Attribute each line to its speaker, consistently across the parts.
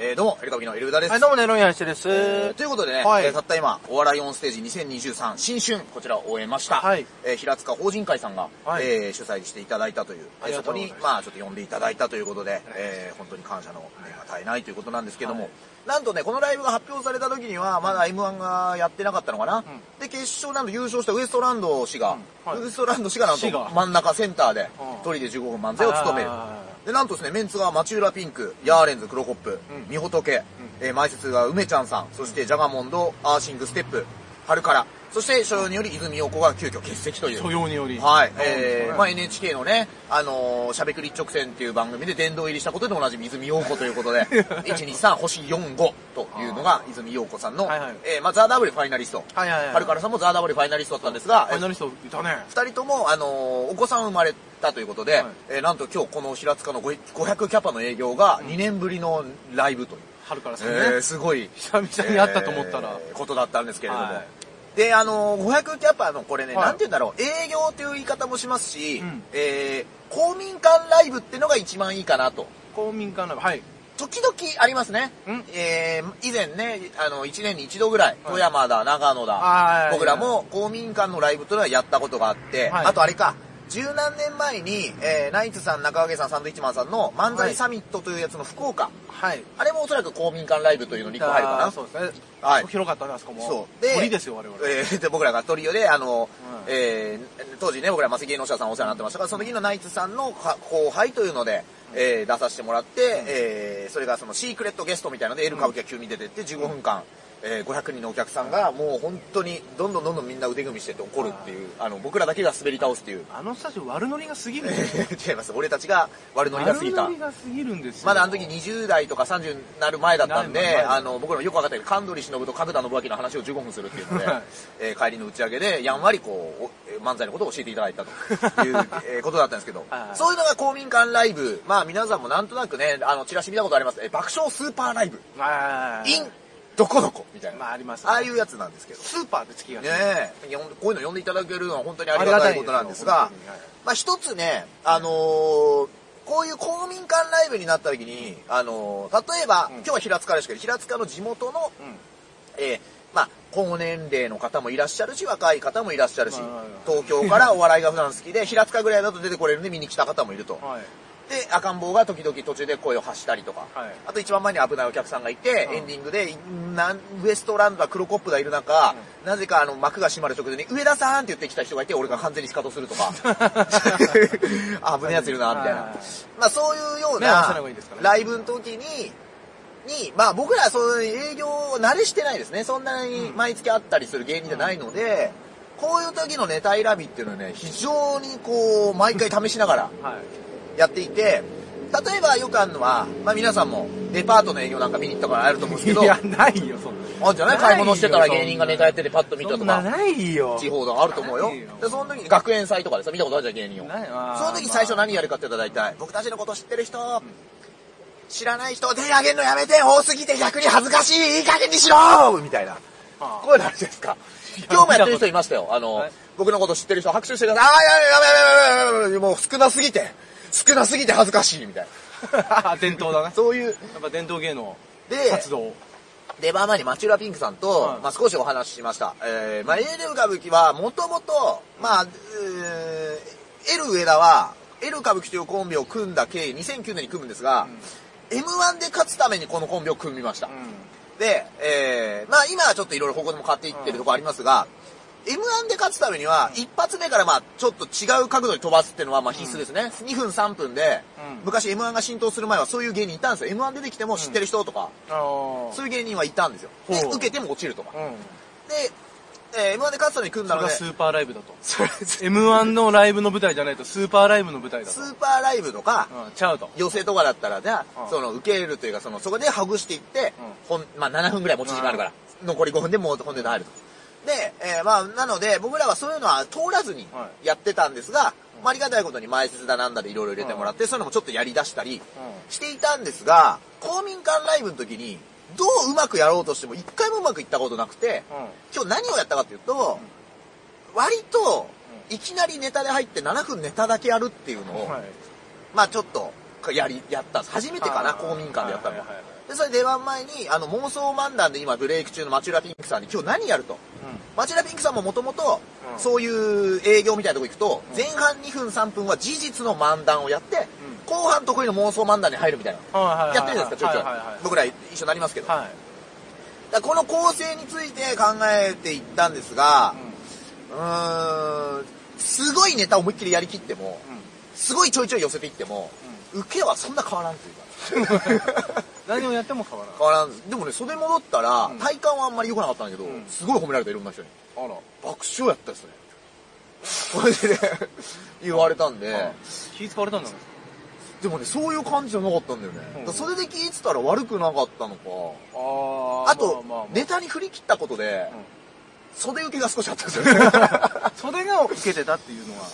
Speaker 1: えー、どうも、エルカビのエルブダです。
Speaker 2: はい、どうもね、ロイヤンしてです。
Speaker 1: えーということでね、
Speaker 2: はい
Speaker 1: えーたった今、お笑いオンステージ2023新春、こちらを終えました。
Speaker 2: はい
Speaker 1: えー平塚法人会さんが、
Speaker 2: はい
Speaker 1: えー主催していただいたという、えー
Speaker 2: あり
Speaker 1: そ
Speaker 2: がと
Speaker 1: こ
Speaker 2: うござい
Speaker 1: に
Speaker 2: ます、
Speaker 1: まあ、ちょっと呼んでいただいたということで、えー本当に感謝の念が絶えないということなんですけども、
Speaker 2: はい
Speaker 1: なんとね、このライブが発表された時には、まだ M1 がやってなかったのかな。で、決勝なんと優勝したウエストランド氏が、
Speaker 2: うんはい
Speaker 1: ウエストランド氏がなんと
Speaker 2: 氏が
Speaker 1: 真ん中センターで、
Speaker 2: うん
Speaker 1: 一人で15分漫才を務める。
Speaker 2: あ
Speaker 1: で、なんとですね、メンツが町浦ピンク、ヤーレンズ、黒コップ、
Speaker 2: うん
Speaker 1: みほとけ、えー前説が梅ちゃんさん、そしてジャガモンド、アーシング、ステップ、春から、そして所用により泉陽子が急遽欠席とい
Speaker 2: ー
Speaker 1: う。
Speaker 2: 所用により。
Speaker 1: はい。
Speaker 2: そうですね
Speaker 1: えー、まあ NHK のね、あのー、しゃべくり一直線っていう番組で殿堂入りしたことでおなじみ泉陽子という ことで、123星45というのが泉陽子さんの、
Speaker 2: はいはい
Speaker 1: えー、まあザ・ダブルファイナリスト。
Speaker 2: はいはいはい。
Speaker 1: 春からさんもザ・ダブルファイナリストだったんですが、
Speaker 2: ファイナリストいたね。
Speaker 1: 二人とも、あのーお子さん生まれたということで、
Speaker 2: はい
Speaker 1: えーなんと今日この平塚のご500キャパの営業が2年ぶりのライブという、
Speaker 2: 春からさん
Speaker 1: えー
Speaker 2: ね。
Speaker 1: すごい、
Speaker 2: 久々に会ったと思ったら。
Speaker 1: えーことだったんですけれども。
Speaker 2: はい
Speaker 1: で、あのー500キャパのこれね、
Speaker 2: はい
Speaker 1: なんて言うんだろう、営業という言い方もしますし、
Speaker 2: うん
Speaker 1: えー公民館ライブってのが一番いいかなと。
Speaker 2: 公民館の、はい。
Speaker 1: 時々ありますね
Speaker 2: うん。
Speaker 1: えー以前ね、あの、1年に1度ぐらい、富山だ、長野
Speaker 2: は
Speaker 1: だ、
Speaker 2: い
Speaker 1: 僕らも公民館のライブというのはやったことがあって、
Speaker 2: はい
Speaker 1: あとあれか、十何年前に、えーナイツさん、中影さん、サンドイッチマンさんの漫才サミットというやつの福岡、
Speaker 2: はい。
Speaker 1: あれもおそらく公民館ライブというのに1個入るかな。
Speaker 2: そうですね。
Speaker 1: はい
Speaker 2: 広かったね、あそこも。
Speaker 1: そう。で、
Speaker 2: 無理ですよ、我々。
Speaker 1: えーで、僕らがトリオで、あの、
Speaker 2: うん
Speaker 1: えー当時ね、僕らマセ芸能者さんお世話になってましたから、その時のナイツさんのか後輩というので、えー出させてもらって、えーそれがそのシークレットゲストみたいなので、エル歌舞伎が急に出てって、15分間、えー500人のお客さんが、もう本当に、どんどんどんどんみんな腕組みしてて怒るっていう、あの、僕らだけが滑り倒すっていう。
Speaker 2: あのスタジオ悪ノリが過ぎる。
Speaker 1: 違います。俺たちが悪乗りが過ぎた
Speaker 2: 悪ノ。リが過ぎるんですよ。
Speaker 1: まだあの時。20代とか30になる前だったん
Speaker 2: なる前
Speaker 1: で、
Speaker 2: だ
Speaker 1: あの、僕らもよく分かったけど、神取忍と角田信明の話を15分するっていうので
Speaker 2: はい、
Speaker 1: えー帰りの打ち上げで、やんわりこう、おえー漫才のことを教えていただいた というえーことだったんですけど
Speaker 2: はいは、い
Speaker 1: そういうのが公民館ライブ、まあ皆さんもなんとなくね、あの、チラシ見たことあります。えー爆笑スーパーライブ、
Speaker 2: まあ、
Speaker 1: in どこどこみたい
Speaker 2: まあ、
Speaker 1: な。
Speaker 2: ありますね。
Speaker 1: ああいうやつなんですけど。
Speaker 2: スーパーで月が。
Speaker 1: ねえ、いやほんとこういうの呼んでいただけるのは本当にありがたいことなんですが
Speaker 2: ありがたいですよ本当にはい、
Speaker 1: まあ一つね、あのーこういう公民館ライブになった時に、あのー例えば、
Speaker 2: うん
Speaker 1: 今日は平塚ですけど、平塚の地元の、
Speaker 2: うん。
Speaker 1: えーまあ、高年齢の方もいらっしゃるし、若い方もいらっしゃるし
Speaker 2: まあまあ、
Speaker 1: 東京からお笑いが普段好きで、平塚ぐらいだと出てこれるんで見に来た方もいると。
Speaker 2: はい。
Speaker 1: で、赤ん坊が時々途中で声を発したりとか、
Speaker 2: はい
Speaker 1: あと一番前に危ないお客さんがいて、
Speaker 2: うん
Speaker 1: エンディングで、なんウエストランドは黒コップがいる中、なぜかあの幕が閉まる直前に、上田さんって言ってきた人がいて、俺が完全に仕方すると か、あ危ないやついるな、みたい
Speaker 2: は。
Speaker 1: ないまあそういうよう
Speaker 2: 目合
Speaker 1: な
Speaker 2: わせない方がいいですか、ね
Speaker 1: ライブの時に、に、まあ僕らそういう営業を慣れしてないですね。そんなに毎月会ったりする芸人じゃないので、こういう時のネタ選びっていうのはね、非常にこう、毎回試しながら、
Speaker 2: はい。
Speaker 1: やっていて、例えばよくあるのは、まあ皆さんもデパートの営業なんか見に行ったからあると思うんですけ
Speaker 2: い
Speaker 1: ど、
Speaker 2: や
Speaker 1: あ、
Speaker 2: ないよ、そんな。
Speaker 1: るじゃない
Speaker 2: ないよ
Speaker 1: 買い物してたら芸人がネタやっててパッと見た
Speaker 2: そ
Speaker 1: と
Speaker 2: んな
Speaker 1: か、
Speaker 2: ないよ。
Speaker 1: 地方とかあると思うよ
Speaker 2: ないよ。
Speaker 1: で、その時に学園祭とかでさ、見たことあるじゃん芸人を。
Speaker 2: ないわ
Speaker 1: その時最初何やるかって言ったら大体、僕たちのこと知ってる人、知らない人手挙げるのやめて多すぎて逆に恥ずかしいいい加減にしろみたいな。
Speaker 2: はあ
Speaker 1: こういうのあるじゃないですか。今日もやってる人いましたよ。あの
Speaker 2: はい、
Speaker 1: 僕のこと知ってる人拍手してください。ああ、やめやめやめやめやめもう少なすぎて、少なすぎて恥ずかしいみたいな。
Speaker 2: 伝統だね。
Speaker 1: そういう。
Speaker 2: やっぱ伝統芸能
Speaker 1: で、
Speaker 2: 活動。
Speaker 1: 出番前に町浦ピンクさんと、
Speaker 2: はい
Speaker 1: まあ少しお話ししました。えー、まあエル歌舞伎はもともと、まあ、うーエル上田は、エル歌舞伎というコンビを組んだ経緯、2009年に組むんですが、M1 で勝つためにこのコンビを組みました。で、えー、まあ今はちょっといろいろ方向でも変わっていってるところありますが、M1 で勝つためには、一発目からまあちょっと違う角度に飛ばすっていうのはまあ必須ですね。2分3分で、
Speaker 2: うん
Speaker 1: 昔 M1 が浸透する前はそういう芸人いたんですよ。M1 出てきても知ってる人とか、
Speaker 2: あの
Speaker 1: そういう芸人はいたんですよ。で
Speaker 2: ほう
Speaker 1: 受けても落ちるとか。
Speaker 2: うん。
Speaker 1: で、えー M1 で勝つために組ん
Speaker 2: そ
Speaker 1: だ
Speaker 2: れ
Speaker 1: の
Speaker 2: が
Speaker 1: で、
Speaker 2: ス
Speaker 1: ス
Speaker 2: ーパーライブだと。M1 のライブの舞台じゃないとスーパーライブの舞台だと。
Speaker 1: ーパーライブとか、
Speaker 2: うん、ちゃうと。
Speaker 1: 寄せとかだったら、じゃあ、
Speaker 2: うん
Speaker 1: その、受けるというか、その、そこでほぐしていって、ほん、まあ、7分ぐらい持ち時間あるから、残り5分でもう本音で入ると。で、えーまあ、なので、僕らはそういうのは通らずに
Speaker 2: は
Speaker 1: やってたんですが、まあ、ありがたいことに前説だなんだでいろいろ入れてもらって、そういうのもちょっとやり出したりしていたんですが、公民館ライブの時に、どううまくやろうとしても、一回もうまくいったことなくて、
Speaker 2: うん。
Speaker 1: 今日何をやったかというと、割と、いきなりネタで入って7分ネタだけやるっていうのを、
Speaker 2: はい。
Speaker 1: まあちょっと、やり、やったんです。初めてかな、
Speaker 2: あー
Speaker 1: 公民館でやったのは
Speaker 2: はいはい。
Speaker 1: で、それ出番前に、あの、妄想漫談で今ブレイク中の町浦ピンクさんに今日何やると。町浦ピンクさんももともと
Speaker 2: う、ん
Speaker 1: そういう営業みたいなとこ行くと、
Speaker 2: うん
Speaker 1: 前半2分3分は事実の漫談をやって、
Speaker 2: う
Speaker 1: 後半得意の妄想漫談に入るみたいな。
Speaker 2: はいはいはいはい
Speaker 1: やってるじゃないですか、ちょいちょい
Speaker 2: はいはいはい。
Speaker 1: 僕ら一緒になりますけど。だか
Speaker 2: はい。
Speaker 1: らこの構成について考えていったんですが、うーん、すごいネタ思いっきりやりきっても、すごいちょいちょい寄せていっても、受けはそんな変わらんというか。
Speaker 2: 何をやっても変わらない。
Speaker 1: 変わらん。でもね、袖戻ったら、
Speaker 2: うん
Speaker 1: 体感はあんまり良くなかったんだけど、
Speaker 2: うん
Speaker 1: すごい褒められた、いろんな人に。
Speaker 2: あら。
Speaker 1: 爆笑やったですね。 それでね、言われたんで、
Speaker 2: 気使われたんだね。
Speaker 1: でもね、そういう感じじゃなかったんだよね。
Speaker 2: うん
Speaker 1: だからそれで聞いてたら悪くなかったのか。
Speaker 2: あ
Speaker 1: あと、ネ
Speaker 2: ね。
Speaker 1: タに振り切ったことで、
Speaker 2: うん
Speaker 1: 袖受けが少しあったんですよね。
Speaker 2: 袖が受けてたっていうのは。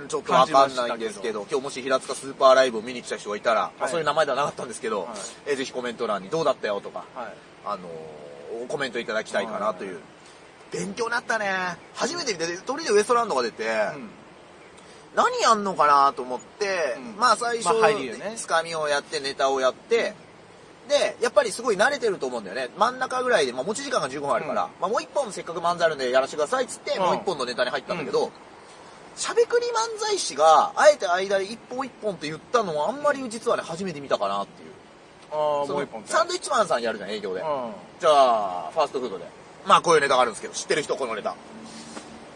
Speaker 1: うん、ちょっとわかんないんですけど、今日もし平塚スーパーライブを見に来た人がいたら、まあそういう名前ではなかったんですけど、
Speaker 2: はい
Speaker 1: えーぜひコメント欄にどうだったよとか、
Speaker 2: はい。
Speaker 1: あのーコメントいただきたいかなという。
Speaker 2: は
Speaker 1: 勉強になったね。初めて見て、鳥でウエストランドが出て、
Speaker 2: うん
Speaker 1: 何やんのかなと思って、
Speaker 2: うん
Speaker 1: まあ最初、
Speaker 2: まあ入るよね
Speaker 1: つかみをやって、ネタをやって、で、やっぱりすごい慣れてると思うんだよね。真ん中ぐらいで、まあ持ち時間が15分あるから、
Speaker 2: うん
Speaker 1: まあもう一本せっかく漫才あるんでやらせてくださいっつって、
Speaker 2: うん
Speaker 1: もう一本のネタに入ったんだけど、しゃべくり漫才師が、あえて間で一本一本って言ったのは、あんまり実はね、初めて見たかなっていう。
Speaker 2: ああ、
Speaker 1: その
Speaker 2: もう一本。
Speaker 1: サンドイッチマンさんやるじゃん、営業で。
Speaker 2: うん。
Speaker 1: じゃあ、ファーストフードで。まあこういうネタがあるんですけど、知ってる人このネタ。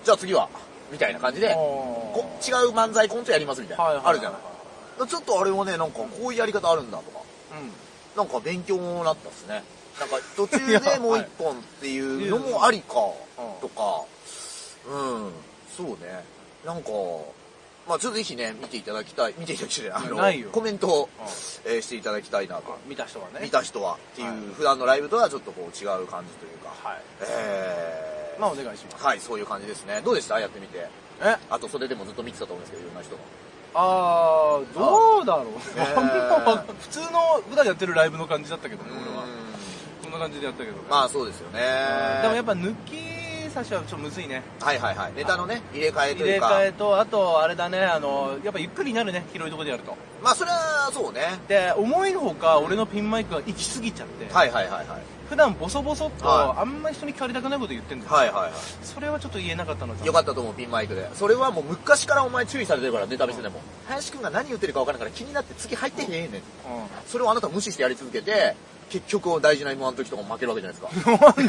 Speaker 1: じゃあ次は、みたいな感じで、こ
Speaker 2: こ
Speaker 1: 違う漫才コントやりますみたいな、
Speaker 2: はいはいは
Speaker 1: あ
Speaker 2: い
Speaker 1: るじゃないだからちょっとあれはねなんかこういうやり方あるんだとかなんか勉強になったっすねなんか途中
Speaker 2: いや
Speaker 1: でもう一本っていうのもありかとかうんそうねなんかまあちょっとぜひね見ていただきたい見ていただきたいあの
Speaker 2: ないよ
Speaker 1: コメントを
Speaker 2: うん、
Speaker 1: えーしていただきたいなと
Speaker 2: 見た人はね
Speaker 1: 見た人はっていう、
Speaker 2: はい
Speaker 1: 普段のライブとはちょっとこう違う感じというか
Speaker 2: はい
Speaker 1: えー
Speaker 2: まあお願いします
Speaker 1: はいそういう感じですねどうでしたやってみて
Speaker 2: え
Speaker 1: あと袖でもずっと見てたと思うんですけどいろんな人が
Speaker 2: あーどうだろうね
Speaker 1: えー
Speaker 2: あ んまわかん普通の普段やってるライブの感じだったけどね俺は
Speaker 1: う
Speaker 2: こんな感じでやったけどね
Speaker 1: んまあそうですよね
Speaker 2: でもやっぱ抜き差しはちょっとむずいね
Speaker 1: はいはいはいネタのね入れ替え
Speaker 2: 入
Speaker 1: とい
Speaker 2: れ
Speaker 1: うか
Speaker 2: 替えとあとあれだねあのやっぱゆっくりになるね広いところでやると
Speaker 1: まあそれはそうね
Speaker 2: で思いのほか俺のピンマイクが行き過ぎちゃって、
Speaker 1: はいはいはいはい
Speaker 2: 普段ボソボソっと、
Speaker 1: は
Speaker 2: あんまり人に聞かれたくないこと言ってんだよ、
Speaker 1: はいはいは
Speaker 2: それはちょっと言えなかったの
Speaker 1: いよかったと思うピンマイクでそれはもう昔からお前注意されてるからネタ見せても林くんが何言ってるか分からんから気になって次入ってへんねん
Speaker 2: うん
Speaker 1: それをあなた無視してやり続けて結局大事な M1 の時とかも負けるわけじゃない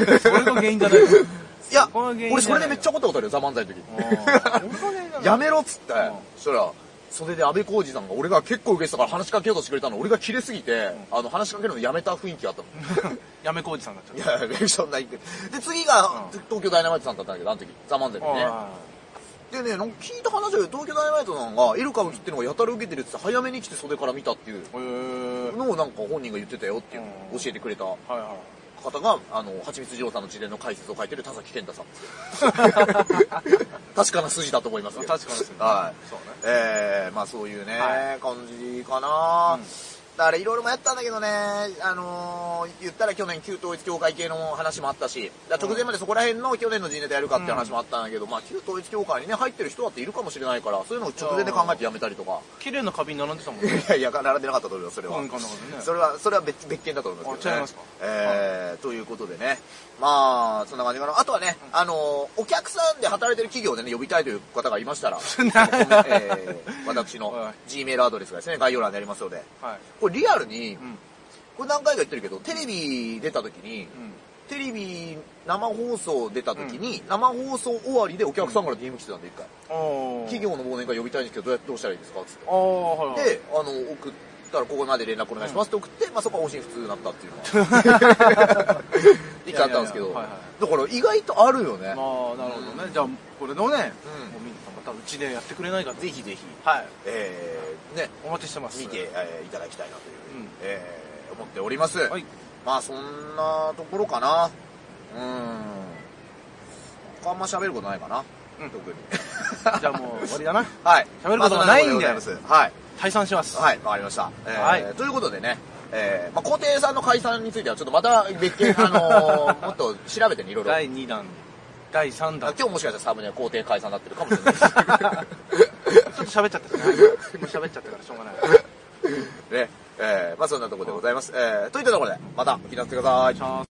Speaker 1: ですか
Speaker 2: それが原因じゃない
Speaker 1: いや
Speaker 2: そこが原因
Speaker 1: 俺それでめっちゃ怒ったことあるよ「ザ漫才の時やめろっつって、
Speaker 2: うん
Speaker 1: そしたら、それで安倍浩二さんが俺が結構受けてたから話しかけようとしてくれたの、俺がキレすぎて、あの話しかけるのやめた雰囲気があったの。
Speaker 2: やめこうじさんになっちゃっ
Speaker 1: いやいや、そんな言って。で、次が、
Speaker 2: うん
Speaker 1: 東京ダイナマイトさんだったんだけど、あの時、ザ・マンゼ
Speaker 2: た
Speaker 1: ルね。でね、なんか聞いた話だけど、東京ダイナマイトさんが、エルカブキってのがやたら受けてるっつって早めに来て袖から見たっていう
Speaker 2: へー
Speaker 1: のをなんか本人が言ってたよっていうの
Speaker 2: う
Speaker 1: を
Speaker 2: ん
Speaker 1: 教えてくれた方
Speaker 2: はいは
Speaker 1: が、あの、はちみつ二郎さんの自伝の解説を書いてる田崎健太さんですよ。 確かな筋だと思います
Speaker 2: い
Speaker 1: けど。
Speaker 2: 確かに
Speaker 1: はい。
Speaker 2: そうね
Speaker 1: えー、まあそういうね、
Speaker 2: は
Speaker 1: 感じかな、
Speaker 2: うん
Speaker 1: だからいろいろ迷ったんだけどね、あのー言ったら去年旧統一教会系の話もあったし、だから直前までそこら辺の去年の人ネタやるかって話もあったんだけど、まあ旧統一教会にね、入ってる人だっているかもしれないから、そういうのを直前で考えてやめたりとか。
Speaker 2: 綺麗な花瓶並んでたもんね
Speaker 1: いやいや、 並んでなかったと思います、それは。
Speaker 2: うんこんなことね
Speaker 1: それは、それは別別件だと思いますけど、ね。
Speaker 2: あ違いますか
Speaker 1: えー、ということでね。まあ、そんな感じかな。あとはね、あの、お客さんで働いてる企業でね、呼びたいという方がいましたら、えー私の
Speaker 2: は
Speaker 1: G メールアドレスがですね、概要欄にありますので、
Speaker 2: はい
Speaker 1: これリアルに、
Speaker 2: うん
Speaker 1: これ何回か言ってるけど、テレビ出た時に、テレビ生放送出た時に、生放送終わりでお客さんから DM 来てたんで、一回。
Speaker 2: うん
Speaker 1: 企業の忘年会呼びたいんですけど、どうやってどうしたらいいですかつって。
Speaker 2: ああはいはい
Speaker 1: で、あの、送ったら、ここまで連絡お願いしますって送って、まあそこは音信不通になったっていうのは、 一回あったんですけど、
Speaker 2: いやいやいやはいは
Speaker 1: だから意外とあるよね。
Speaker 2: まあなるほどねじゃあこれ
Speaker 1: うん
Speaker 2: のねもうみんなまたうちでやってくれないかと
Speaker 1: ぜひぜひ、
Speaker 2: はい
Speaker 1: えー、ね、
Speaker 2: お待ちしてます
Speaker 1: 見て、えーいただきたいなという、
Speaker 2: うん
Speaker 1: えー思っております。
Speaker 2: はい
Speaker 1: まあそんなところかな。うーん。他あんま喋ることないかな。
Speaker 2: うん
Speaker 1: 特に。
Speaker 2: じゃあもう終わりだな
Speaker 1: はい。
Speaker 2: 喋ることがないんで
Speaker 1: まあそなところございます。はい。
Speaker 2: 退散します
Speaker 1: はい、わかりました。えー
Speaker 2: はい
Speaker 1: ということでね、えー、まあ、皇帝さんの解散については、ちょっとまた別 件、あのーもっと調べてね、いろいろ。
Speaker 2: 第2弾第3
Speaker 1: あ
Speaker 2: 弾ちょ
Speaker 1: 今日もしかしたらサムネは皇帝解散になってるかもしれな いで
Speaker 2: っと喋っちゃったしねもう喋っちゃったからしょうがない
Speaker 1: す。ね。えーまあそんなところでございます。えーといったところで、またお聞きになってください。